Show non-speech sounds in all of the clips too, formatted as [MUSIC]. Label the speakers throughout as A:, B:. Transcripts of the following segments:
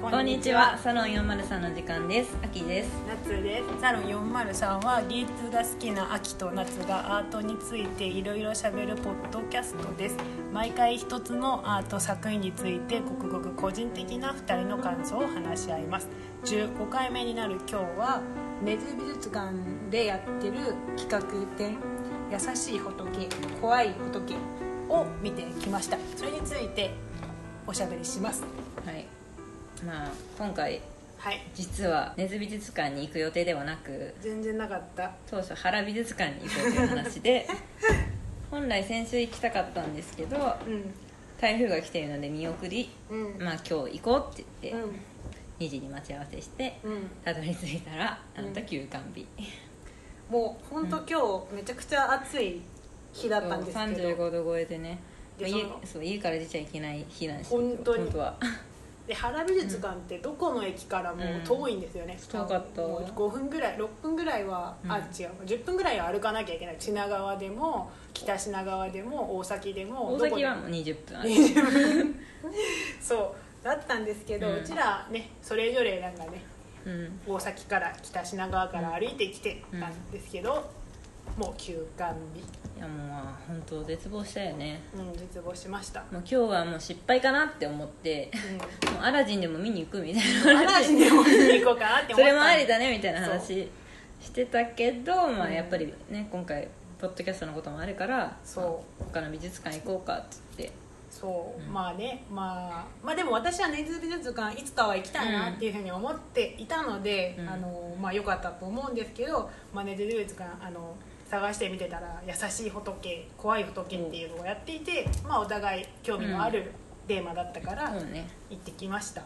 A: こんにちは、サロン403の時間です。秋です。
B: 夏ですサロン403はゲイツが好きな秋と夏がアートについていろいろしゃべるポッドキャストです毎回一つのアート作品についてごくごく個人的な2人の感想を話し合います15回目になる今日は根津美術館でやってる企画展「優しい仏怖い仏」を見てきましたそれについておしゃべりします
A: はい。まあ今回
B: はい
A: 実は根津美術館に行く予定ではなく、
B: 全然なかった
A: 当初原美術館に行こうという
B: [LAUGHS]
A: 話で、本来先週行きたかったんですけど、
B: うん
A: 台風が来ているので見送り、
B: うん
A: まあ今日行こうって言
B: う
A: っ
B: ん
A: て2時に待ち合わせして、
B: うん
A: たどり着いたらあんた
B: うん
A: 休館日。
B: もう本当今日めちゃくちゃ暑い日だったんですけど、
A: 35度超えてね。
B: で
A: まあ家
B: その
A: そう家から出ちゃいけない日なんですよ
B: 本当に
A: 本当は
B: で原美術館ってどこの駅からもう遠いんですよね、
A: うん遠かった
B: もう5分ぐらい6分ぐらいは、
A: うん
B: あ違う10分ぐらいは歩かなきゃいけない品川でも北品川でも大崎でもど
A: 大
B: こ
A: 崎
B: で
A: は
B: も
A: もう20分ある
B: そうだったんですけど、
A: う
B: うんちらねそれぞれなんかね
A: うん
B: 大崎から北品川から歩いてきてたんですけど、もう休館日、
A: いやもうまあ本当絶望したよね
B: うん、絶望しました、
A: もう今日はもう失敗かなって思って [LAUGHS]
B: う
A: もうアラジンでも見に行くみたい
B: ん、
A: な
B: 嵐でも見に行こうかなって
A: そ
B: 思った
A: れもありだねみたいな話してたけどまあやっぱりね今回ポッドキャストのこともあるから
B: そう
A: 他の美術館行こうかっつって
B: そう、
A: うん
B: まあねまあまあでも私は根津美術館いつかは行きたいなっていうふうに思っていたので、
A: うん
B: あのまあ良かったと思うんですけど、まあ、根津美術館あの探してみてたら「優しい仏怖い仏」っていうのをやっていて、まあお互い興味のあるテーマだったから
A: そうね
B: 行ってきました、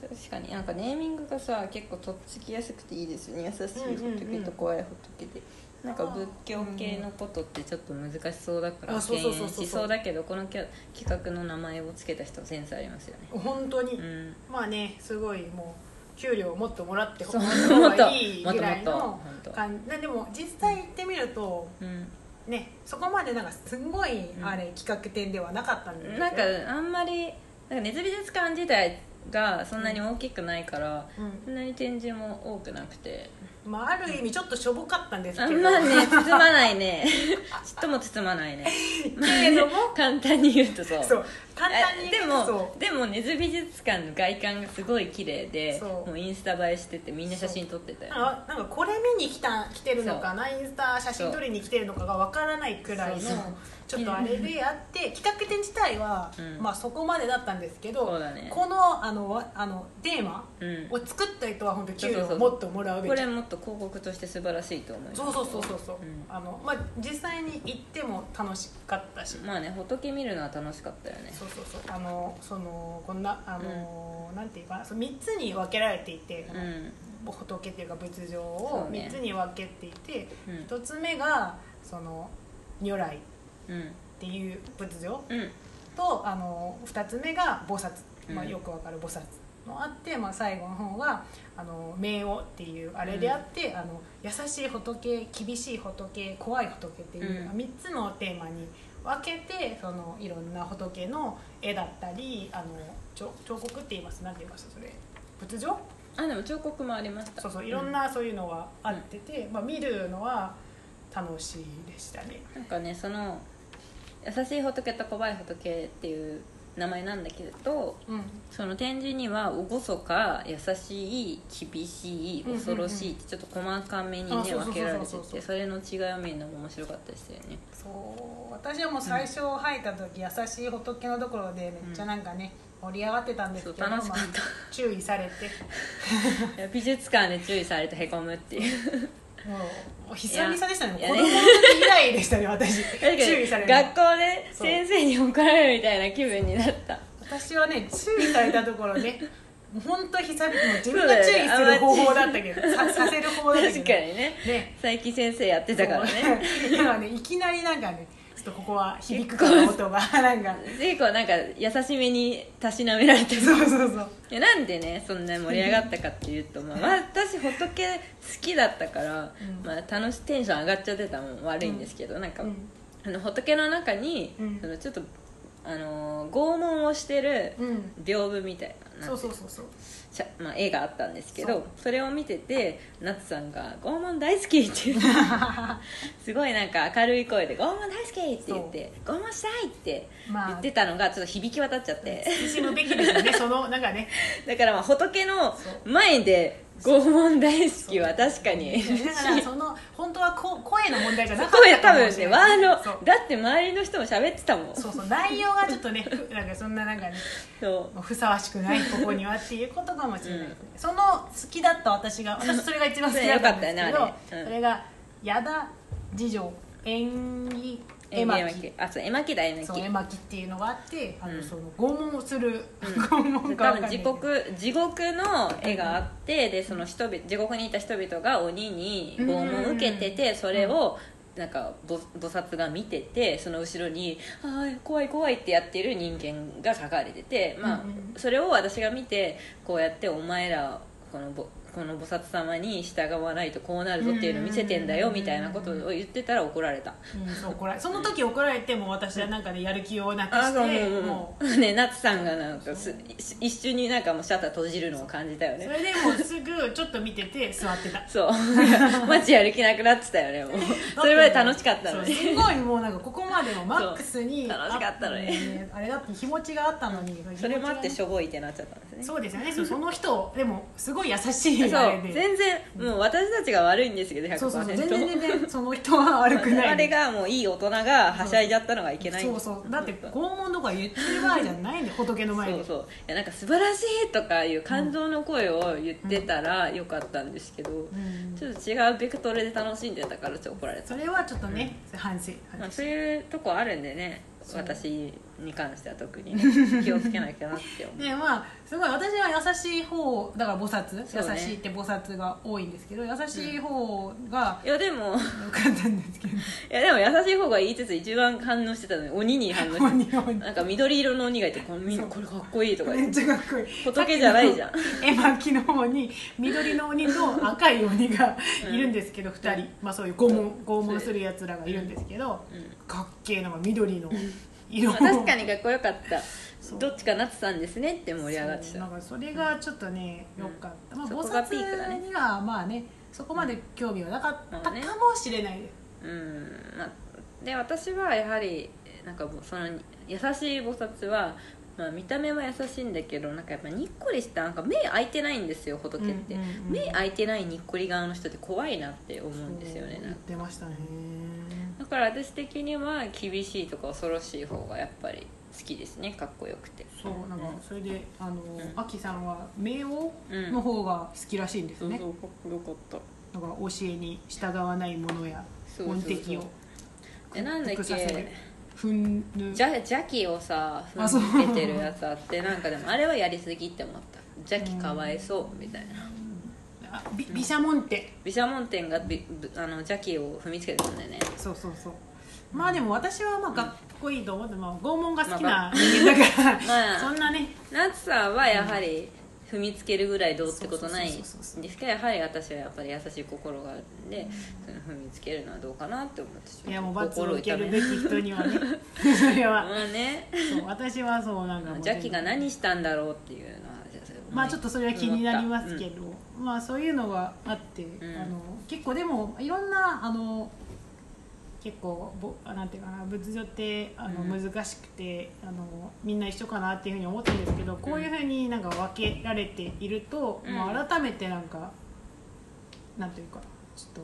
A: 確かになんかネーミングがさ結構とっつきやすくていいですよね優しい
B: うんうんう
A: 仏
B: ん
A: と怖い仏で、なんか仏教系のことってちょっと難しそうだから
B: あそうそう
A: 敬
B: そうそう
A: 遠しそうだけどこのきゃ企画の名前をつけた人はセンスありますよね
B: 本当に、
A: うん
B: まあねすごいもう給料をもっともらって
A: そう
B: も
A: もっと
B: いい
A: もっ
B: ぐ
A: とも
B: ら
A: っ
B: い
A: と
B: の
A: 本当
B: 感じでも実際行ってみると
A: うん
B: ね、そこまでなんかすんごい
A: ん
B: あれ企画展ではなかったんですよ
A: なんかあんまりなんか根津美術館自体がそんなに大きくないから、
B: う
A: そんなに展示も多くなくて
B: んまあ、ある意味ちょっとしょぼかったんです
A: あ
B: け
A: ん
B: ど
A: まね包まないね [LAUGHS] ちっとも包まないね
B: け
A: [LAUGHS]
B: れども
A: 簡単に言うとそ
B: [LAUGHS]
A: う
B: そう簡単に
A: え
B: 言
A: で
B: うと
A: もでも根津美術館の外観がすごい綺麗で
B: そう
A: もうインスタ映えしててみんな写真撮ってたよ
B: そうあなんかこれ見に来た来てるのかなインスタ写真撮りに来てるのかがわからないくらいの
A: そうそう
B: ちょっとあれであって企画展自体は、
A: うん
B: まあ、そこまでだったんですけ
A: そう
B: ど、
A: だね
B: このあのわあのテーマ
A: うん
B: を作った人は本当給
A: そう
B: 料
A: そうそう
B: をもっともらうべき
A: これもっと広告として素晴らしいと思います
B: そうそうそうそうそう、
A: ん
B: あのまあ、実際に行っても楽しかったし、
A: まあね仏見るのは楽しかったよね
B: そうそうそうあのそのこんなあの、なんていうかなその3つに分けられていて、
A: うん
B: 仏っていうか仏像
A: そ
B: を
A: うね
B: 3つに分けていて、
A: うん
B: 1つ目がその如来っ
A: うん
B: ていう仏像
A: うん
B: とあの2つ目が菩薩、まあ、
A: うん
B: よくわかる菩薩のあって、まあ、最後の方があの冥王っていうあれであって、あの優しい仏厳しい仏怖い仏っていう、
A: うん
B: 3つのテーマに分けてそのいろんな仏の絵だったりあの彫彫刻って言いますなんて言いますそれ仏像
A: あでも彫刻もありました
B: そうそういろん
A: う
B: なそういうのはあってて、まあ、見るのは楽しいでしたね。
A: んなんかねその「優しい仏と怖い仏」っていう名前なんだけど
B: うん
A: その展示には厳か優しい厳しい
B: うんうんうん
A: 恐ろしいってちょっと細かめに
B: あ
A: ね
B: そうそうそうそう
A: 分けられて
B: そうそうそ
A: て
B: う
A: それの違いを見るのも面白かったですよね
B: そう私はもう最初入った時、優しい仏のところでめっちゃなんかね、盛り上がってたんです
A: そ
B: け
A: う
B: ど
A: 楽しかっ
B: まあ注意されて
A: たいや美術館で注意されてへこむっていう
B: もう久々でしたね
A: い
B: 子
A: や
B: 供の時以来でしたね私 [LAUGHS]
A: [LAUGHS]
B: 注意される
A: 学
B: の
A: 校で先生に怒られるみたいな気分になった
B: 私はね注意されたところ
A: [LAUGHS]
B: ねもう本当久々もう自分
A: そう
B: が
A: だ
B: 注
A: よね
B: 意する方法だったけどささせる方法だっ
A: 確か
B: た
A: に
B: けど
A: ね
B: ね
A: 佐伯先生やってたからね
B: そう [LAUGHS] 今ねいきなりなんかねちょっとここは響くから音がなんか
A: 結構なんか優しめにたしなめられてる
B: そうそうそう
A: いやなんでねそんな盛り上がったかっていうと、まあ、私仏好きだったから、
B: うん
A: まあ、楽しテンション上がっちゃってたもん悪いんですけど、なんか、
B: うん
A: あの仏の中に、
B: うん
A: そのちょっとあのー拷問をしてる
B: うん
A: 屏風みたいな
B: そうそうそうそう
A: しゃまあ、絵があったんですけ
B: そ
A: ど
B: う
A: それを見てて夏さんが「拷問大好き」っ
B: [LAUGHS]
A: て言ってすごいなんか明るい声で「拷問大好き」って言って「拷問したい」って
B: まあ
A: 言ってたのがちょっと響き渡っちゃって、
B: 慎むべきですよ
A: [LAUGHS]
B: ねそのなんかね
A: だからまあ仏の
B: そう
A: 前で「拷問大好き」は確かに
B: だからその本当はこ声の問題じゃなかった
A: 声多
B: かも
A: 分
B: し
A: ね
B: れ
A: ワ
B: ない
A: ー
B: そ
A: ド
B: う
A: だって周りの人も喋ってたもん
B: そうそう内容がちょっとねふなんかそんななんかね
A: そう
B: もうふさわしくないここにはっていうことかもしれないですね、その好きだった私が私それが一番好きだったんですけ
A: ねよ
B: ど、
A: かったよねあれうん
B: それが矢田次女縁起絵
A: 絵
B: 巻
A: 巻あそう絵巻だ絵巻
B: そう絵巻っていうのがあってあ
A: う
B: と
A: ん
B: その拷問をする、 [LAUGHS] 拷問か
A: 多
B: わかんな
A: 分
B: い
A: 地
B: けど
A: 獄地獄の絵があってでその人々地獄にいた人々が鬼に拷問を受けててそれをなんかぼ菩薩が見ててその後ろに「ああ怖い怖い」ってやってる人間が書かれてて、まあ
B: うんうん
A: それを私が見てこうやって「お前らこのぼこの菩薩様に従わないとこうなるぞ」っていうのを見せてんだよみたいなことを言ってたら怒られた。
B: うん、そう怒られその時怒られても私はなんかねやる気をなく
A: あ
B: し
A: そう
B: て
A: もう
B: も
A: もう [LAUGHS] ね夏さんがなんかす一瞬になんかもうシャッター閉じるのを感じたよ
B: う
A: ね
B: それでもうすぐちょっと見てて座ってた
A: そう [LAUGHS] マジやる気なくなってたよね
B: [LAUGHS]
A: もうそれまで楽しかったのに
B: そうすごいもうなんかここまでのマックスに
A: そう楽しかったのに
B: あねあれだって日持ちがあったのに
A: [LAUGHS] それもあってし
B: ょ
A: ょぼいってなっちゃったんですね
B: そうですよねそうその人でもすごい優し
A: そう
B: いあれで
A: 全然もう私たちが悪いんですけど100%
B: そうそうそう全然全然その人は悪くない
A: [LAUGHS] あれがもういい大人がはしゃいじゃったのがいけない
B: そうそうだって拷問とか言ってる場合じゃないんで仏の前
A: そう
B: で
A: そういやなんか素晴らしいとかいう感動の声を言ってたらよかったんですけど、
B: ん
A: ちょっと違うベクトルで楽しんでたからちょっと怒られた
B: それはちょっとね反省
A: まあ、
B: 反省
A: そういうとこあるんでね
B: そう
A: 私に関しては特にね
B: [LAUGHS]
A: 気をつけなきゃなって思う
B: でまあすごい私は優しい方だから菩
A: そう
B: 薩、
A: ね
B: 優しいって菩薩が多いんですけど優しい方が
A: いやでも
B: 良かったんですけ
A: [LAUGHS]
B: ど
A: いやでも優しい方が言いつつ一番反応してたのに鬼に反応して
B: 鬼鬼
A: なんか緑色の鬼がいてこのみ
B: そう
A: これかっこいいとか
B: め
A: 言
B: っ
A: って
B: ちゃかっこいい
A: 仏じゃないじゃん
B: さっきの絵巻の方に緑の鬼と赤い鬼がいるんですけど、二人、まあ、そういう拷問拷問するやつらがいるんですけど、かっけえのが緑の色
A: まあ確かにかっこよかった
B: そう
A: どっちかなつさんですねって盛り上がって
B: そうな
A: た
B: んかそれがちょっとね良かった、まあ、
A: そ
B: 菩
A: こがピークだね
B: 薩にはまあねそこまで興味はなかったか
A: まあね
B: もしれないです、
A: うんまあで私はやはりなんかもうその優しい菩薩はまあ、見た目は優しいんだけどなんかやっぱにっこりしたなんか目開いてないんですよ仏って、
B: うんうんうん
A: 目開いてないにっこり側の人って怖いなって思うんですよね
B: そう
A: な
B: 言
A: ん
B: っ
A: か
B: てましたね
A: だから私的には厳しいとか恐ろしい方がやっぱり好きですねかっこよくて
B: そうなんかそれであの、
A: ん
B: アキさんは冥王
A: うん
B: の方が好きらしいんですね、
A: かっこよかった
B: なんか教えに従わないものや
A: そうそう
B: 音
A: そう
B: 敵を
A: えなんだっけ
B: 屈服させるふんぬ
A: ジャ邪気をさ
B: あそう
A: 踏んけてるやつあってなんかでもあれはやりすぎって思った邪気かわいそうみたいな
B: あび毘沙門天
A: 毘沙門天がびぶあの邪気を踏みつけてたんだよね
B: そうそうそうまあでも私はまあかっこいいと思って、まあ、拷問が好きな人間だから、
A: まあ
B: そんなね
A: 夏さんはやはり踏みつけるぐらいどうってことないん
B: そう
A: で
B: そうそう
A: す
B: そう
A: けどやはり私はやっぱり優しい心があるんでその踏みつけるのはどうかなって思ってちょっと
B: いやもう罰を受けるべ
A: 心を痛め
B: き人には
A: [LAUGHS]
B: ねそれは
A: まあね
B: そう私はそうなんかもう
A: 邪気が何したんだろうっていうのは
B: まあちょっとそれは気になりますけど、まあそういうのがあって、
A: ん
B: あの結構でもいろんなあの結構ぼなんていうかな仏像ってあの、
A: うん
B: 難しくてあのみんな一緒かなっていうふうに思ったんですけどこういうふうになんか分けられていると、
A: うん
B: まあ、改めてなんかなんていうかちょっと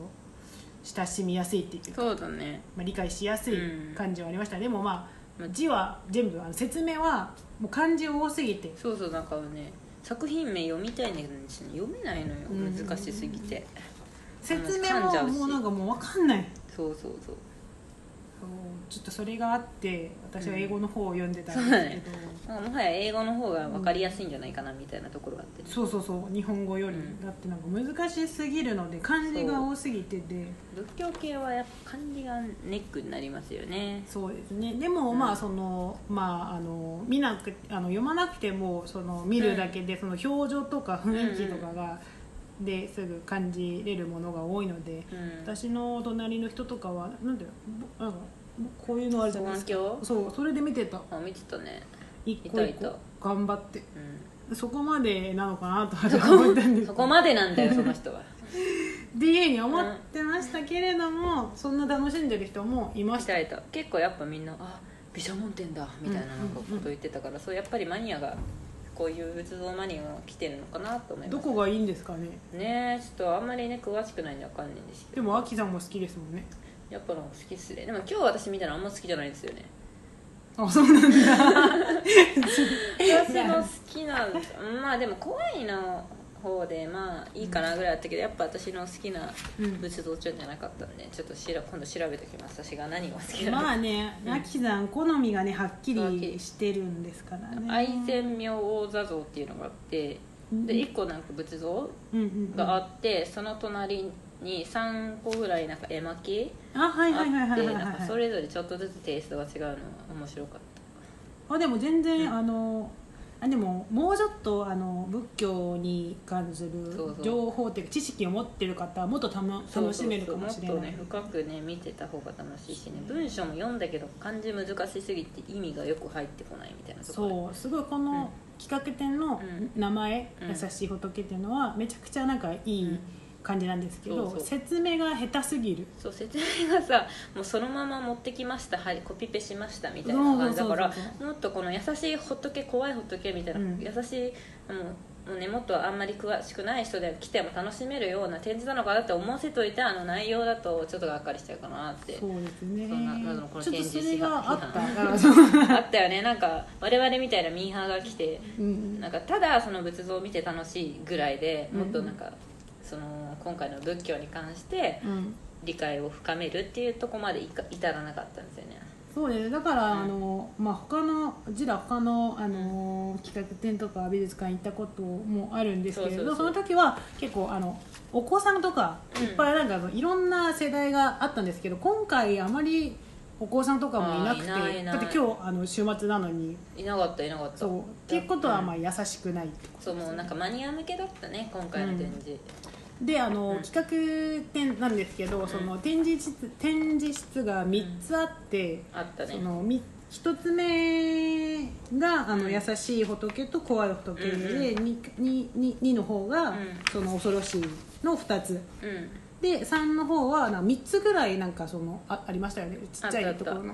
B: 親しみやすいっていうか、
A: そうだね
B: まあ、理解しやすい感じはありました、でもま
A: ま
B: あ
A: あ
B: 字は全部あの説明はもう漢字多すぎて
A: そうそうなんかね作品名読みたいんだけど、ね、読めないのよ
B: うん
A: 難しすぎて
B: 説明
A: 噛んじゃ
B: も
A: うし
B: もうなんかもう分かんない
A: そうそうそう
B: ちょっとそれがあって私は英語の方を読んでたんですけど、
A: なんかもはや英語の方が分かりやすいんじゃないかなみたいなところがあって、
B: そうそうそう日本語より、
A: うん
B: だってなんか難しすぎるので漢字が多すぎてて
A: 仏教系はやっぱ漢字がネックになりますよね
B: そうですねでも、
A: うん
B: まあそのまああの見なくあの読まなくてもその見るだけで、その表情とか雰囲気とかが、ですぐ感じれるものが多いので、
A: うん
B: 私の隣の人とかはなんだよなんかこういうのあるじゃないですか
A: 双眼鏡
B: そうそれで見てた
A: あ見てたね
B: 一個一
A: いたい
B: 個頑張って
A: う
B: そこまでなのかなとは思ったんで
A: ん
B: す
A: そこまでなんだよその人
B: [LAUGHS]
A: は
B: っていうふうに思ってましたけれどもそんな楽しんでる人もいま
A: み
B: した
A: たいと結構やっぱみんなあ毘沙門天だみたいななんかこと言ってたから、そうやっぱりマニアがこういう仏像マニアが来てるのかなと思います
B: どこがいいんですかね
A: ねえちょっとあんまりね詳しくないんでわかんないんですけ
B: で
A: ど
B: もアキさんも好きですもんね
A: やっぱなんか好きっすねでも今日私見たらあんま好きじゃないんですよね
B: あそうなんだ
A: 私も好きなうんまあでも怖いの方でまあいいかなぐらいだったけどやっぱ私の好きな
B: うん
A: 仏像ちゃんじゃなかったんでちょっとしら今度調べときます私が何が好きなの
B: ま
A: か
B: あね、
A: うん
B: アキさん好みがねはっきりしてるんですからね
A: 愛染明王座像っていうのがあってで1個なんか仏像
B: うんうん
A: があってその隣に3個ぐらいなんか絵巻
B: あはいはいはい
A: あっ
B: はい
A: て
B: はい
A: なんかそ
B: はい
A: れぞれちょっとずつテイストが違うのは面白かった
B: あでも全然、
A: うん
B: あのあでももうちょっとあの仏教に関する
A: そうそう
B: 情報っていうか知識を持ってる方はもっとたま楽しめるかもしれない
A: そうそうそうもっとね深くね見てた方が楽しいしね文章も読んだけど漢字難しすぎて意味がよく入ってこないみたいなところ
B: そうすごいこの企画展の
A: うん
B: 名前「
A: うん
B: 優しい仏」っていうのはめちゃくちゃなんかいい感じなんですけど、
A: うんそうそう
B: 説明が下手すぎる
A: そう説明がさもうそのまま持ってきましたはいコピペしましたみたいな感じ
B: そ
A: だ
B: うそ
A: か
B: うそう
A: ら
B: そう
A: もっとこの優しい仏怖い仏みたいな、
B: うん
A: 優しいあのもうね、もっとあんまり詳しくない人で来ても楽しめるような展示なのかなって思わせといてあの内容だとちょっとがっかりしちゃうかなって
B: そうですね
A: そんな謎のこの
B: ちょっと
A: 展
B: そ
A: 示
B: れがあ
A: 批判 [LAUGHS]
B: った
A: あったよねなんか我々みたいなミーハーが来て
B: うん
A: なんかただその仏像を見て楽しいぐらいで
B: うん
A: もっとなんかその今回の仏教に関して
B: うん
A: 理解を深めるっていうとこまでいか至らなかったんですよね
B: そうですだから、
A: うん
B: あのまあ他のうちら他のあの企画展とか美術館行ったこともあるんですけれど
A: そうそう
B: そ
A: そう
B: の時は結構あのお子さんとか
A: うん
B: いっぱいなんかあの、いろんな世代があったんですけど今回あまりお子さんとかもいなくて
A: あーいないいない
B: だって今日あの週末なのに
A: いなかったいなかった
B: そうっていうことはまあ優しくないってこと
A: そうもうなんかマニア向けだったね今回の展示、
B: であの、
A: うん
B: 企画展なんですけど、その展示室展示室が3つあって、
A: あったね
B: そのみ一つ目があの、
A: うん
B: 優しい仏と怖い仏で、
A: う
B: ににに二の方が、
A: うん
B: その恐ろしいの2つ
A: うん
B: で3の方はなんか3つぐらいなんかそのあありましたよねちっちゃ
A: あ
B: い
A: っ
B: と
A: た
B: ころの
A: うん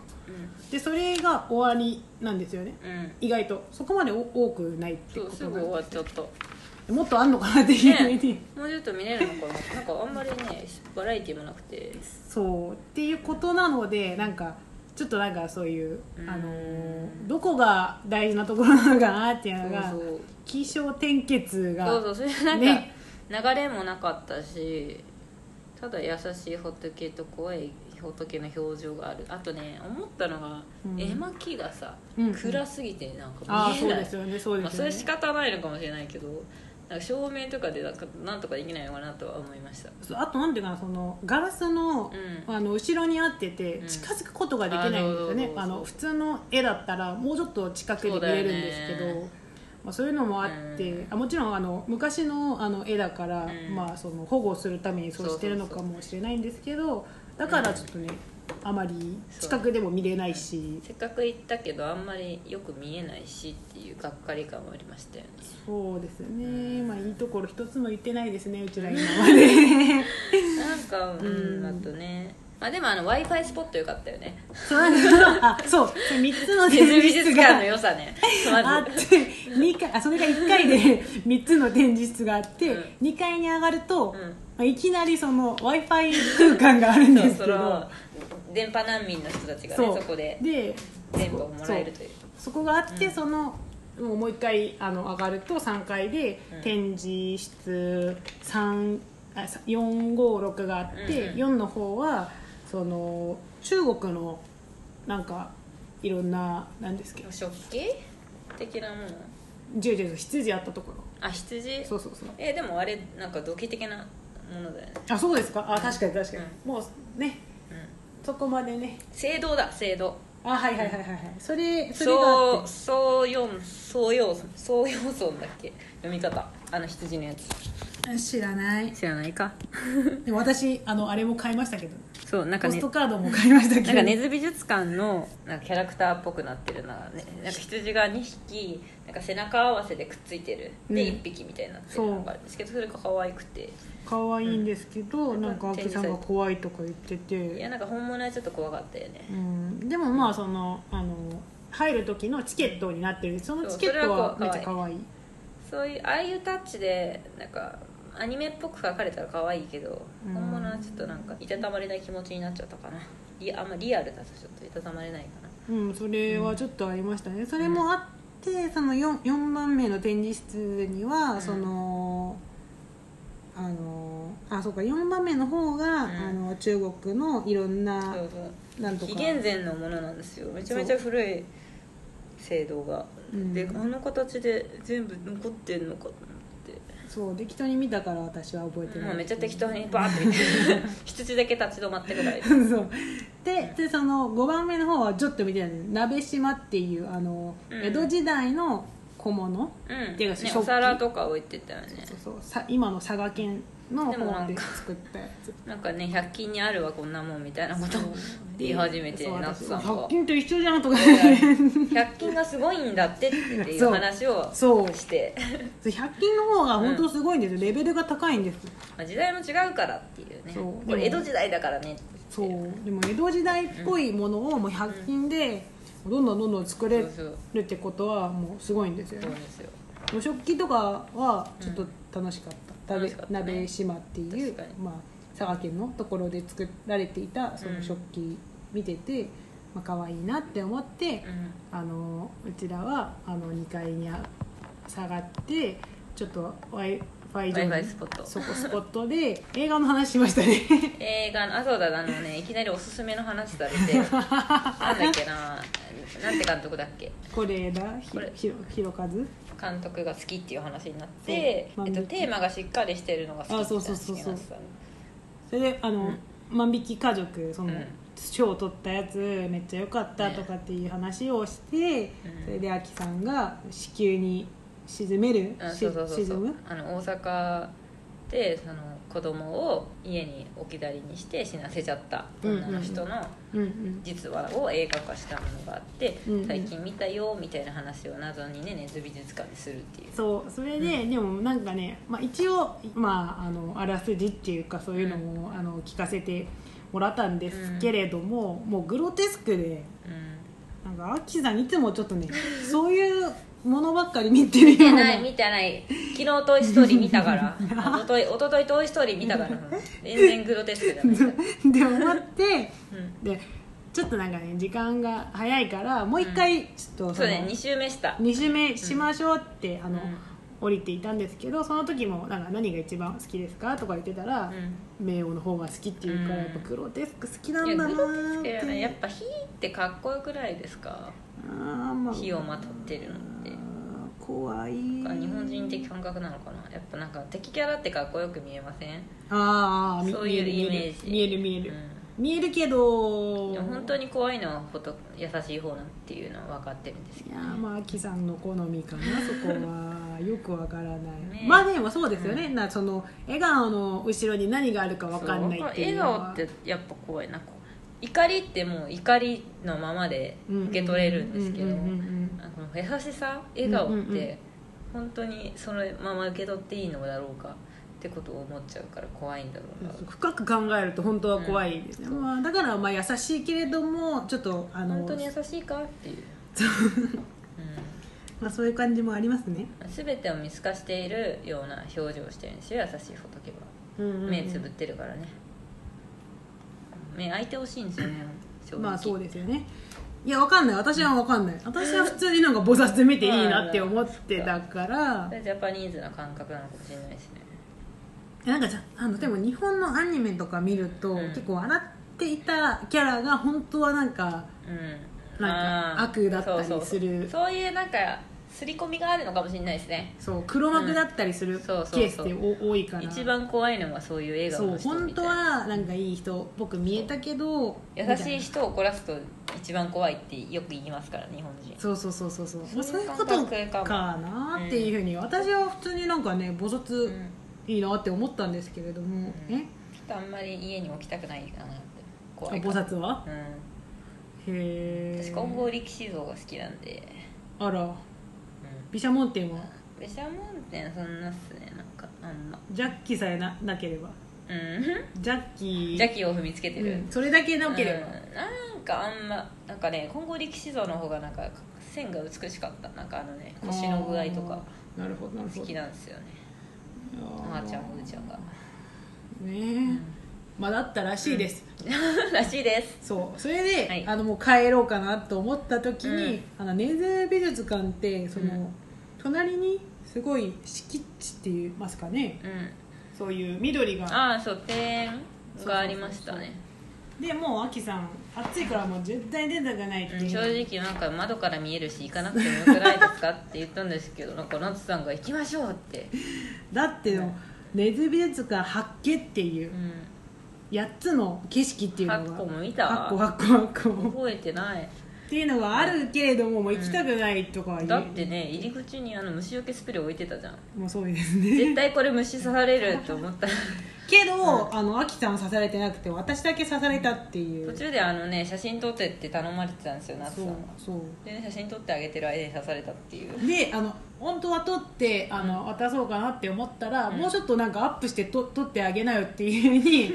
B: でそれが終わりなんですよね
A: うん
B: 意外とそこまでお多くないって
A: そ
B: こ
A: うす
B: と
A: ぐ
B: な
A: 終
B: ん
A: わ
B: で
A: っちゃったも
B: すもっとあんのかなっていうふうに、
A: うちょっと見れるのかな [LAUGHS] なんかあんまりねバラエティもなくて
B: そうっていうことなのでなんかちょっとなんかそういう、
A: うん
B: あのーどこが大事なところなのかなっていう
A: そ
B: の
A: う
B: が
A: そう
B: 起承転結が
A: そうそうそれでなんか、
B: ね
A: 流れもなかったしただ優しい仏と怖い仏の表情があるあとね思ったのが、
B: うん
A: 絵巻がさ、
B: うん
A: 暗すぎてなん
B: あ
A: か
B: あ
A: 見え
B: そう
A: ない
B: ですよねそう
A: ま
B: で
A: あ、
B: す
A: そ
B: よね
A: れは仕方ないのかもしれないけどなんか照明とかでなんかなんとかできないのかなとは思いました
B: そうあとなんていうかなそのガラスの,、
A: うん
B: あの後ろにあってて
A: うん
B: 近づくことができないんですよね、
A: あ
B: あ
A: そうそうそうそう
B: の普通の絵だったらもうちょっと近くで見えるんですけ
A: そうだ
B: ど
A: よ
B: そう,、
A: ね
B: まあ、そういうのもあって、
A: うん
B: あもちろんあの昔のあの絵だから、
A: うん
B: まあ、その保護するためにそうしてるのかもしれないんですけどだからちょっとね、あまり近くでも見れないし
A: せっかく行ったけどあんまりよく見えないしっていうがっかり感もありましたよね
B: そうですね、
A: うん
B: まあいいところ一つも言ってないですねうちら今まで
A: なんかうん
B: うん
A: あとねまあでもあの w i f i スポットよかったよね
B: [LAUGHS] そうなんかあそう3つの
A: 美
B: 展示
A: 術
B: 室
A: 館
B: が
A: の良さねまず
B: あって二階あそれが1回で3つの展示室があって、
A: うん
B: 二2階に上がると
A: うん、
B: まあいきなりその w i f i 空間があるんです
A: そ
B: け
A: の
B: ど
A: 電波難民の人たちがね
B: そ
A: そうこで
B: で
A: 電波をもらえるという
B: そこがあって、
A: うん
B: そのもうもう1回あの上がると3階で、
A: うん
B: 展示室3あ456があって、
A: うんうん
B: 4の方はその中国のなんかいろんななんですけど
A: 食器的なもの
B: 十十羊あったところ
A: あ羊
B: そうそうそう
A: えでもあれなんか土器的なものだよね、
B: あそうですかあ確かに確かに、もうね
A: うん、
B: そこまでね
A: 聖堂だ聖堂
B: あはいはいはいはいはいそれそれがあ
A: そ
B: って
A: うそうよんそうようそうようそんだっけ読み方あの羊のやつ
B: 知らない
A: 知らないか
B: でも私あのあれも買いましたけど
A: そうなんか
B: ポス
A: ね
B: トカードも買いましたけど
A: なんか根津美術館のなんかキャラクターっぽくなってるな,、ね、なんか羊が2匹なんか背中合わせでくっついてるで
B: うん
A: 1匹みたいになってる
B: そう
A: のがあるんですけどそれが可愛くて
B: 可愛いんですけど、
A: うん
B: なんか秋さんが怖いとか言って
A: い
B: て
A: や、なんか本物はちょっと怖かったよね
B: うん、でもまあそのあの入る時のチケットになってるそのチケットは
A: そう
B: め
A: それ
B: っ
A: は
B: ちゃ可愛い
A: そういうああいうタッチでなんかアニメっぽく描かれたら可愛いけど
B: うん
A: 本物はちょっとなんかいたたまれない気持ちになっちゃったかなリあんまリアルだとちょっといたたまれないかな
B: うんそれはちょっとありましたねそれもあってその 4, 4番目の展示室には、
A: うん
B: そのあのあそうか4番目の方が、
A: ん
B: あの中国のいろんな
A: そうそう
B: なんとか
A: 紀元前のものなんですよめちゃめちゃ古い聖堂が、
B: うん
A: であの形で全部残ってんのかと思っ
B: そう適当に見たから私は覚え
A: て
B: てない、
A: もうめっちゃ適当にバーって見て羊だけ立ち止まってぐらい
B: [LAUGHS] そうででその5番目の方はちょっと見てないね鍋島っていうあの、
A: うん
B: 江戸時代の小物
A: うん
B: ていう
A: ね
B: か、食器
A: お皿とか置いてたよね
B: そうそうさ今の佐賀県の
A: でもな
B: 方
A: ん
B: で
A: か
B: 作ったやつ
A: なんかね100均にあるわこんなもんみたいなことを言い始めて
B: そう
A: なっ
B: 私
A: さんは
B: 100均と一緒じゃんとか
A: 100均がすごいんだってっていう話を
B: そう
A: して、
B: 100均の方が本当すごいんですよ、レベルが高いんです
A: まあ、時代も違うからっていうね
B: そう
A: これ江戸時代だからねって
B: そうでも江戸時代っぽいものをもう100均でどんどんどんどん作れ
A: そうそう
B: るってことはもうすごいんですよ
A: そう
B: ね
A: ですよ
B: お食器とかはちょっと楽しかった、
A: うん
B: 鍋
A: 楽しかったね
B: 鍋島っていう
A: 確かに
B: まあ、佐賀県のところで作られていたそうの
A: ん
B: 食器見てて、まあ可愛いなって思って、
A: うん
B: あのうちらはあの2階にあ下がってちょっと w i f i 上
A: Wi-Fi
B: に
A: スポット
B: そこスポットで映画の話しました
A: [LAUGHS]
B: ね
A: 映画のあそうだあのねいきなりおすすめの話され
B: [LAUGHS]
A: てなんだっけななんて監督だっけ
B: これだひ
A: これ
B: ひろひろかず
A: 監督が好きっていう話になって、
B: そう
A: えっと、テーマがしっかりしてるのが好きって
B: あそうそうそうそう
A: 話になってたの
B: それであの、
A: うん
B: 万引き家族その、
A: うん
B: 賞を取ったやつめっちゃ良かったとかっていう話をして、
A: うん
B: それでアキさんが子宮に沈める、
A: うん
B: し
A: そうそうそうそ
B: 沈
A: う
B: む
A: あの大阪でその子供を家に置き去りにして死なせちゃった女の人の
B: うんうん
A: 実話を映画化したものがあって、
B: うんうん
A: 最近見たよみたいな話を謎にね根津美術館でするっていう
B: そうそれで、でもなんかね、まあ、一応、まあ、あのあらすじっていうかそういうのも、あの聞かせてもらったんですけれども、もうグロテスクで
A: うん
B: なんかアキさんいつもちょっとねそういうものばっかり見てるよ
A: 見
B: う
A: て
B: な
A: ない見てない昨日「トイ・ストーリー」見たから一昨日一昨日トイ・ストーリー」見たから全然グロテスクだね、
B: で思って
A: うん、
B: でちょっとなんかね時間が早いからもう一回ちょっと
A: そ
B: そうの、
A: ね2周目した
B: 2周目しましょうって、あの、
A: うん
B: 降りていたんですけどその時もなんか何が一番好きですかとか言ってたら、
A: うん
B: 冥王の方が好きっていうから、
A: うん
B: やっぱグロテスク好きなん
A: いや
B: だな
A: グロテ
B: ーっ
A: スク
B: て
A: やないやっぱ「火」ってかっこよくないですか
B: あー、まあ、
A: 火をまとってるのっ
B: あ
A: て
B: ー怖い
A: なんか日本人的感覚なのかなやっぱなんか敵キャラってかっこよく見えません
B: あーあみ
A: そういう
B: 見え
A: イ
B: る
A: メージ
B: 見える見える、
A: うん
B: 見えるけど
A: でも本当に怖いのはほと優しい方なんていうのは分かってるんですけ
B: い
A: ど
B: やーまあ秋さんの好みかなそこはよくわからない、
A: ね
B: まあでもそうですよね、なその笑顔の後ろに何があるかわかんないっていうの
A: そう
B: は
A: 笑顔ってやっぱ怖いなこう怒りってもう怒りのままで受け取れるんですけど
B: ううんうん
A: あこの優しさ笑
B: う
A: 顔
B: ん
A: っ
B: うんうん
A: て本当にそのまま受け取っていいのだろうかってことを思っちゃうから怖いんだろ
B: う
A: う
B: ん
A: な
B: 深く考えると本当は怖いですね、
A: うん
B: まあ、だからまあ優しいけれどもちょっとあの
A: 本当に優しいかっていう、うん
B: まあ、そういう感じもありますね、
A: 全てを見透かしているような表情をしてるんですよ優しい仏は目つぶってるからね目開いてほしいんですよね正直
B: まあそうですよねいやわかんない私はわかんない私は普通になんか菩薩で見ていいなって思ってたから
A: それジャパニーズな感覚なのかもしれないですね
B: なんかじゃあのでも日本のアニメとか見ると、
A: うん
B: 結構笑っていたキャラが本当はなんか
A: うん
B: なんか
A: あー
B: 悪だったり
A: そうそうそう
B: する
A: そういうなんか刷り込みがあるのかもしれないですね
B: そう黒幕だったりする
A: ん
B: ケ
A: そうそうそう
B: ースってお多いから
A: 一番怖いのがそういう映画
B: そ
A: の
B: う
A: 人みたい
B: 本
A: な
B: 当はなんかいい人僕見えたけど
A: 優しい
B: みたな
A: 人を怒らすと一番怖いってよく言いますから日本人
B: そうそうそうそうそうまあ
A: そ
B: そうう
A: い
B: いうう
A: 感
B: こ
A: 覚
B: と
A: かも
B: かなっていうふうに私は普通になんかねぼそ
A: うん
B: つ
A: ち
B: いいなって思ったんですけれども
A: うん
B: え
A: ょっとあんまり家に置きたくないかなって怖
B: あ
A: い
B: 菩
A: から
B: 薩は
A: うん
B: へ
A: 私
B: え
A: 金剛力士像が好きなんで
B: あら
A: う
B: 毘沙門天は
A: ん毘沙門天そんなっすねなんかあんま
B: ジャッキさえななければ
A: うん
B: ジャッキ
A: 邪気を踏みつけてる、
B: うんそれだけなければ、
A: うんなんかあんまなんかね金剛力士像の方がなんか線が美しかったなんかあのね腰の具合とか
B: あーなるほどなるほど
A: 好きなんですよね
B: あ
A: あーちゃんうーちゃんが、
B: ねえ、まあだったらしいです、
A: らしいです
B: そうそれで、
A: はい
B: あのもう帰ろうかなと思った時に
A: うん、
B: あの根津美術館ってその、
A: うん
B: 隣にすごい敷地って言いますかね
A: うん
B: そういう緑が
A: ああそう庭園がありましたね
B: でもうアキさん暑いからもう絶対出たくないって
A: う
B: い
A: ん
B: う、
A: 正直なんか窓から見えるし行かなくてもよくないですかって言ったんですけどなんか夏さんが「行きましょう」って、
B: だっての、根津美術館八景っていう
A: うん、
B: 八つの景色っていうのが
A: 八個も見た
B: 八個八個八個
A: 覚えてない
B: っていうのがあるけれどももう行きたくないとかは言う
A: だってね入り口にあの虫除けスプレー置いてたじゃん
B: もうそうですね
A: 絶対これ虫刺されると思った
B: [LAUGHS]
A: ら
B: けど、あのアキさんは刺されてなくて私だけ刺されたっていう
A: 途中であのね写真撮ってって頼まれてたんですよ夏さ
B: そ
A: ん
B: う
A: は
B: そう
A: で、ね、写真撮ってあげてる間に刺されたっていう
B: であの本当は撮ってあの渡そうかなって思ったら、
A: うん
B: もうちょっとなんかアップしてと撮ってあげなよっていうふう
A: [LAUGHS]
B: に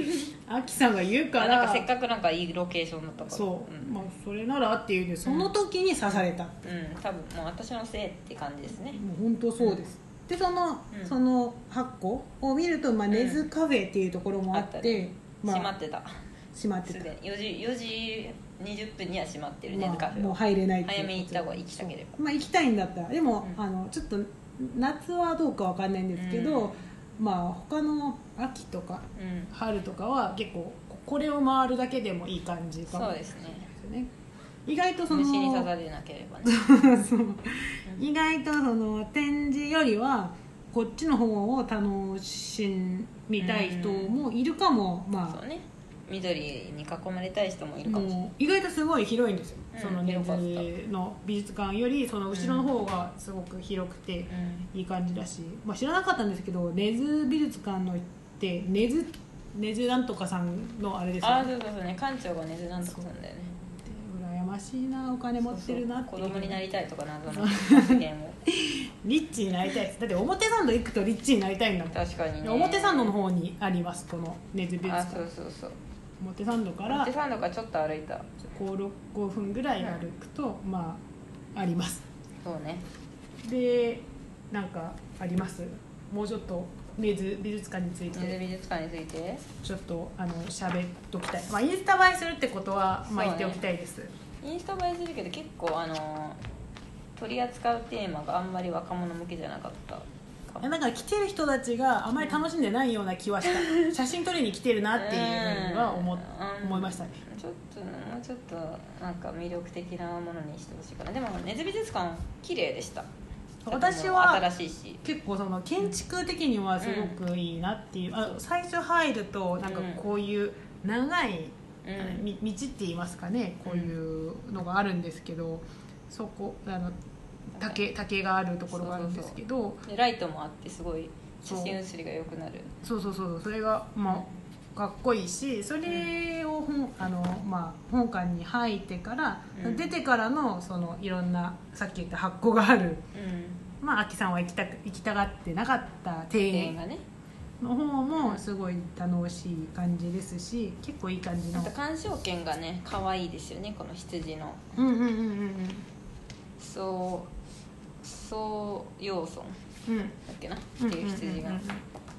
B: アキさんが言うから
A: なんかせっかくなんかいいロケーションだったから
B: そう、
A: うん
B: まあ、それならっていうねその時に刺された、
A: うん、多分もう私のせいって感じですね
B: もう本当そうです、でその、
A: うん
B: その8個を見ると、まあ、
A: ん
B: 根津カフェっていうところもあって、
A: あったね
B: まあ、
A: 閉まってた
B: 閉まって
A: す
B: た
A: でに4時 ,4 時20分には閉まってるね、
B: まあ
A: カフェ
B: もう
A: は
B: 入れないっていう
A: 早めに行った方が行きたければ
B: まあ行きたいんだったらでも、
A: うん
B: あのちょっと夏はどうかわかんないんですけど、まあ他の秋とか
A: うん
B: 春とかは結構ここれを回るだけでもいい感じかも
A: そうですね
B: ですね意外とその
A: 虫に刺されなければね
B: そう意外とその展示よりはこっちの方を楽しみたい人もいるかも、ま
A: そ
B: あ
A: うね緑に囲まれたい人もいるかもしれない
B: もう意外とすごい広いんですよ、
A: うん
B: その根
A: 広かった
B: 津の美術館よりその後ろの方がすごく広くて、
A: うん
B: いい感じだし、まあ、知らなかったんですけど根津美術館のって根津根津なんとかさんのあれですよ
A: ああ
B: ね
A: そうそうそうね館長がねずなんとかさんだよね
B: 羨ましいなお金持ってるなって
A: そう
B: い
A: そう
B: う
A: 子供になりたいとか
B: [LAUGHS]
A: 謎の発言を
B: リッチになりたいですだって表参道行くとリッチになりたいんだもん、
A: 確かにね
B: 表参道の方にありますこの根津美術
A: あ
B: 館
A: そうそうそう
B: 表参道から
A: 表参道からちょっと歩いた
B: 565分ぐらい歩くと、まああります
A: そうね
B: でなんかありますもうちょっと根津美術館につい
A: 根津
B: て
A: 美術館について
B: ちょっとあの喋っときたい、まあ、インスタ映えするってことは、まあ、言っ
A: そうね
B: ておきたいです、
A: インスタ映えするけど結構あの取り扱うテーマがあんまり若者向けじゃなかったかも
B: なんか来てる人たちがあまり楽しんでないような気はした
A: [LAUGHS]
B: 写真撮りに来てるなっていうふうには思,、
A: うん
B: 思いましたね
A: ちょっともうちょっとなんか魅力的なものにしてほしいかなでもねず美術館綺麗でした
B: 私
A: 建物も
B: は
A: 新しいし
B: 結構その建築的にはすごくいいなっていう、あ最初入るとなんかこういう長い、
A: うん
B: あのみ道って言いますかねこういうのがあるんですけどそこあの竹竹があるところがあるんですけど
A: でライトもあってすごい写真写りが良くなる
B: そうそうそうそれがまあかっこいいしそれを本,、あのまあ、本館に入ってから、
A: うん
B: 出てからのそのいろんなさっき言った発酵がある、
A: うん
B: まあ、秋さんは行きたく行きたがってなかった庭
A: 庭園
B: 園
A: がね
B: の方もすごい楽しい感じですし結構いい感じ
A: あ
B: の
A: と鑑賞券がね可愛いですよねこの羊の
B: うんうんうんうん
A: そうそう要素だ
B: うん
A: っけな、
B: うん
A: っていう羊が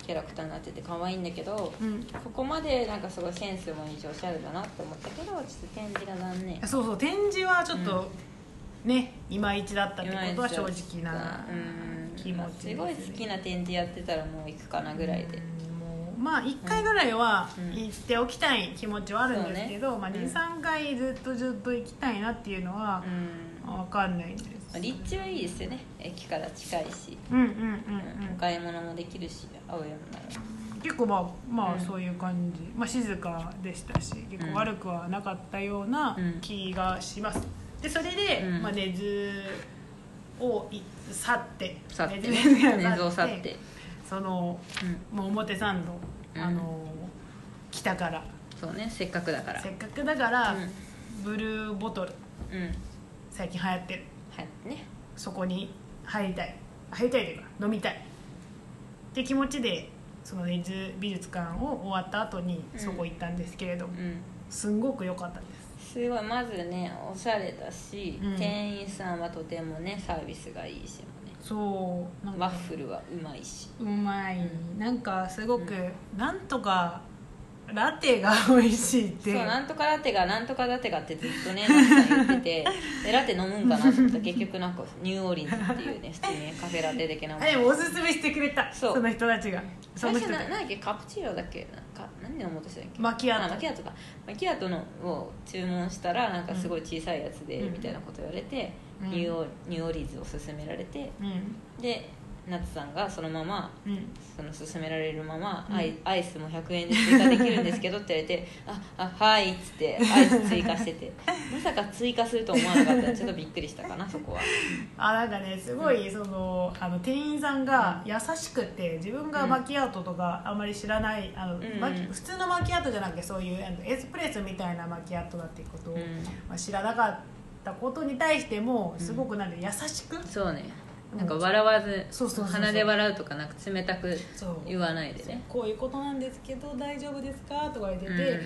A: キャラクターになってて可愛いんだけど
B: うんうん
A: ここまでなんかすごいセンスもいいしおしゃれだなって思ったけどちょっと展示が残念
B: そうそう展示はちょっと、ねいまいちだったってことは正直な
A: うん
B: 気持ちですね
A: すごい好きな展示やってたらもう行くかなぐらいで
B: うんもうまあ1回ぐらいは
A: うん
B: 行っておきたい気持ちはあるんですけど、
A: そうね
B: まあ、
A: うん
B: 23回ずっとずっと行きたいなっていうのは
A: うん
B: 分かんないんです
A: 立地はいいですよね駅から近いし、
B: うんうんうん
A: お買い物もできるし青山なら
B: うん結構まあま
A: う
B: あ
A: ん
B: そういう感じ、まあ、静かでしたし結
A: うん
B: 構悪くはなかったような
A: うん
B: 気がしますでそれで、
A: うん
B: まあ、根津をい去って
A: 去って
B: 根津
A: ね寝相去って、
B: その
A: うん、
B: もう表参道、
A: うん
B: あの北から
A: そうねせっかくだから
B: せっかくだから、
A: う
B: ブルーボトル
A: ん、うん、
B: 最近流行ってる
A: はいね
B: そこに入りたい入りたいというか飲みたいって気持ちでその根津美術館を終わった後に
A: うん
B: そこ行ったんですけれども、
A: うん
B: すんごく良かったです
A: すごいまずねおしゃれだし、
B: うん
A: 店員さんはとてもねサービスがいいしもね
B: そうなん
A: ワ
B: か
A: ッフルはうまいし
B: うまいなんかすごく、
A: う
B: なんとかラテが美味しいって
A: そうなんとかラテがなんとかラテがってずっとねなんか言
B: [LAUGHS]
A: っててでラテ飲むんかなと思ったら結局なんかニューオーリンズっていうね普通にねカフェラテ的なも
B: あ
A: の
B: でもおすすめしてくれた
A: そう
B: その人たちがそ
A: 最
B: の人
A: 初
B: た
A: な
B: ち
A: 何だっけカプチーノだっけなんか何で思うとしたっけ
B: マキアー
A: あ
B: ト
A: マキアートかマキアートのを注文したらなんかすごい小さいやつで、
B: うん
A: みたいなこと言われて、
B: うん
A: ニューオーニューオーリンズを勧められて
B: うん
A: で夏さんがそのまま
B: うん
A: その勧められるまま、
B: うん
A: アイアイスも100円で追加できるんですけどって言われて「ああはい」っつってアイス追加して
B: [LAUGHS]
A: てまさか追加すると思わなかったらちょっとびっくりしたかなそこは
B: あなんかねすごいそのあの店員さんが優しくて自分がマキアートとかあんまり知らないあの、
A: んうん
B: マキ普通のマキアートじゃなくてそういうあのエスプレッソみたいなマキアートだっていうことを、
A: うん
B: まあ、知らなかったことに対してもすごくなんか優しく、
A: そうねなんか笑わず
B: そうそうそうそう
A: 鼻で笑うとかなく冷たく
B: そう
A: 言わないでね
B: こういうことなんですけど大丈夫ですか?」とか言ってて、
A: うん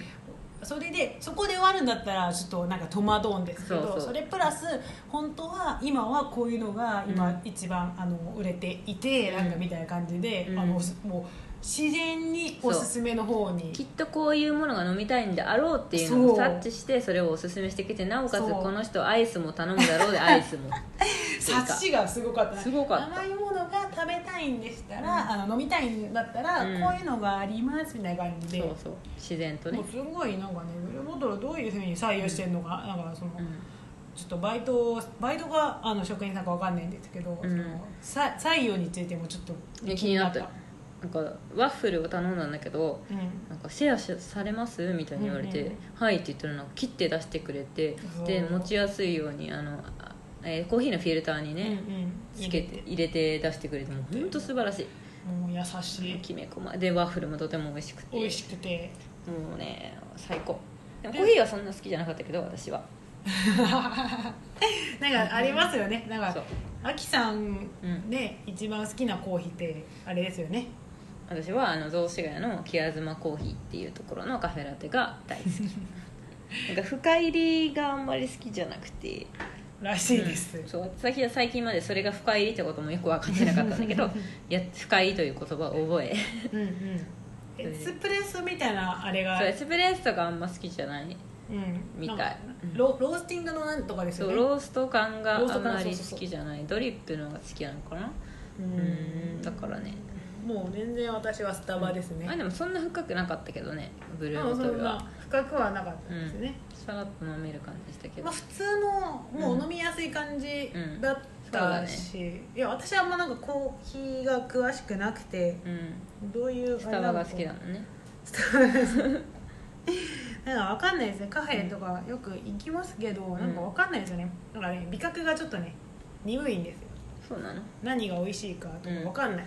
B: それでそこで終わるんだったらちょっとなんか戸惑うんですけど
A: そう
B: そ
A: そう
B: れプラス本当は今はこういうのが
A: う
B: 今
A: ん
B: 一番、あの売れていてなんかみたいな感じで、
A: うん
B: あのもう自然におすすめの方に
A: きっとこういうものが飲みたいんであろうっていうの
B: そ
A: を
B: う
A: 察知してそれをおすすめしてきてなおかつ
B: そう
A: この人アイスも頼む
B: [LAUGHS]
A: だろうでアイスも
B: 察しがすごかったね
A: すごかった
B: 甘いものが食べたいんでしたら、あの飲みたいんだったら、
A: うん
B: こういうのがありますみたいな感じで
A: そうそう自然とね
B: もうすごいなんかねブルーボトルどういうふうに採用してるのか、なんかその、
A: うん
B: ちょっとバイトバイトがあの職員さんかわかんないんですけど、
A: うん
B: そのさ採用についてもちょっと
A: いや気になったなんかワッフルを頼んだんだけど
B: うん
A: なんかシェアしされますみたいに言われて「
B: うんうんうん
A: はい」って言ったらなんか切って出してくれてで
B: そう
A: 持ちやすいようにあの、あえーコーヒーのフィルターにね、
B: うんうん
A: つけて入れて出してくれてもうほんと素晴らし
B: もう優し
A: い
B: い
A: きめ細いでワッフルもとても美味しくて
B: 美味しくて
A: もうね最高でもコーヒーはそんな好きじゃなかったけど私は
B: なんかありますよねなん
A: そう
B: かあきさん
A: うん
B: ね、一番好きなコーヒーってあれですよね
A: 私はあの雑司ヶ谷の木東コーヒーっていうところのカフェラテが大
B: [LAUGHS]
A: 好きなんか深入りがあんまり好きじゃなくて
B: らしいです、
A: うんそう最近最近までそれが深入りってこともよく分かってなかったんだけどい [LAUGHS] や深入りという言葉を覚え
B: うんうんエスプレッソみたいなあれが
A: そうエスプレッソがあんま好きじゃない
B: うん
A: みたい
B: なんか
A: うん
B: ロロースティングのなんとかです
A: そ
B: よね
A: うロースト感があ
B: ロースト
A: ん
B: 感
A: まり
B: そうそうそ
A: 好
B: う
A: きじゃないドリップのが好きなのかな
B: う
A: うん
B: ん
A: だからね
B: もう全然私はスタバですね、
A: あでもそんな深くなかったけどねブル
B: ま
A: ー
B: あ
A: ボ
B: そ
A: ト
B: ん
A: ル
B: な
A: は
B: 深くはなかったですね、
A: さらっと飲める感じでしたけど
B: まあ、普通のもう飲みやすい感じ
A: うん
B: だったし、いや私はあんまなんかコーヒーが詳しくなくて
A: うん
B: どういう
A: スタバが好きだ
B: の
A: もんね
B: スタバが好きなんかわかんないですねカフェとかよく行きますけど、なんかわかんないですよねなんかね味覚がちょっとね鈍いんですよ
A: そうなの
B: 何が美味しいかとかわかんない、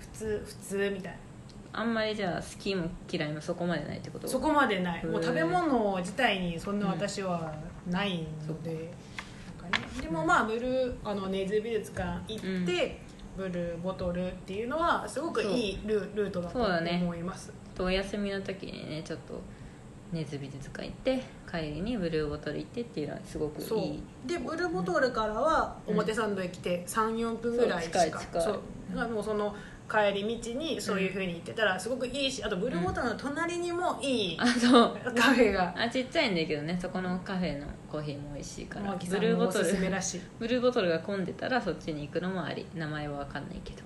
B: 普通普通みたいな
A: あんまりじゃあ好きも嫌いもそこまでないってこと
B: そこまでないもう
A: へー
B: 食べ物自体にそんな私はないので、なんかね、でもまあブルーあの根津美術館行って、ブルーボトルっていうのはすごくいいルールートだと
A: そうだね
B: 思います、
A: とお休みの時にねちょっと根津美術館行って帰りにブルーボトル行ってっていうのはすごくいい
B: そうでブルーボトルからは表参道へ来て34分ぐらいし
A: そう
B: か
A: 近い近い
B: そう
A: うん
B: だからもうその帰り道にそういうふうに行ってたらすごくいいしあとブルーボトルの隣にもいい
A: あそう
B: カフェが
A: あちっちゃいんだけどねそこのカフェのコーヒーも美味しいから
B: マキ
A: ブ
B: さん
A: ルー
B: の
A: ボ
B: お
A: ト
B: す
A: ル
B: すめらしい
A: ブル [LAUGHS] ーボトルが混んでたらそっちに行くのもあり名前は分かんないけど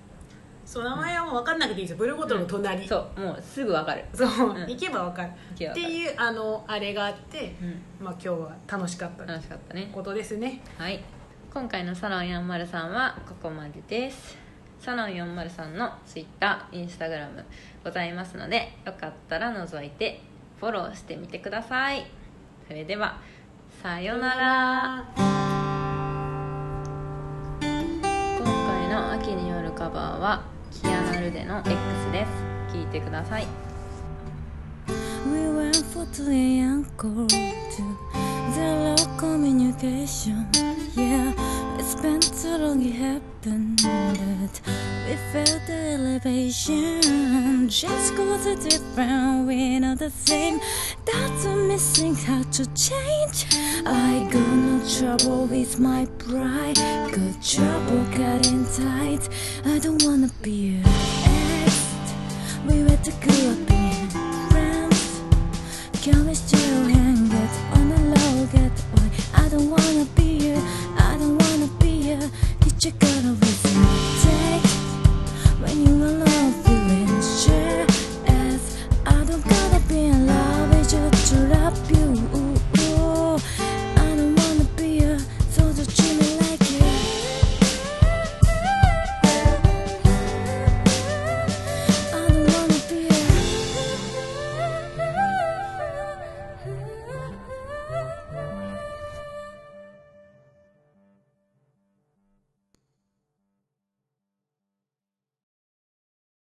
B: そう名前はもう分かんなくていいですよブルーボトルの隣、
A: そうもうすぐ分かる
B: そう、
A: ん
B: 行けばわかる
A: 行けば
B: っ
A: 分
B: て
A: かる
B: いうあのあれがあって、
A: うん
B: まあ今日は楽しかった
A: 楽しかったね
B: ことですね
A: はい今回のサロン403はここまでですサロン403の Twitter、Instagram ございますのでよかったら覗いてフォローしてみてくださいそれではさようなら今回の秋によるカバーはキアナルデの X です聞いてください
C: We went for to the anchor to zero communication. Yeah, it's been too long it happened that we felt the elevation. Just cause it's different, we're not the same. That's a missing how to change. I got no trouble with my pride. Got trouble getting tight. I don't wanna be a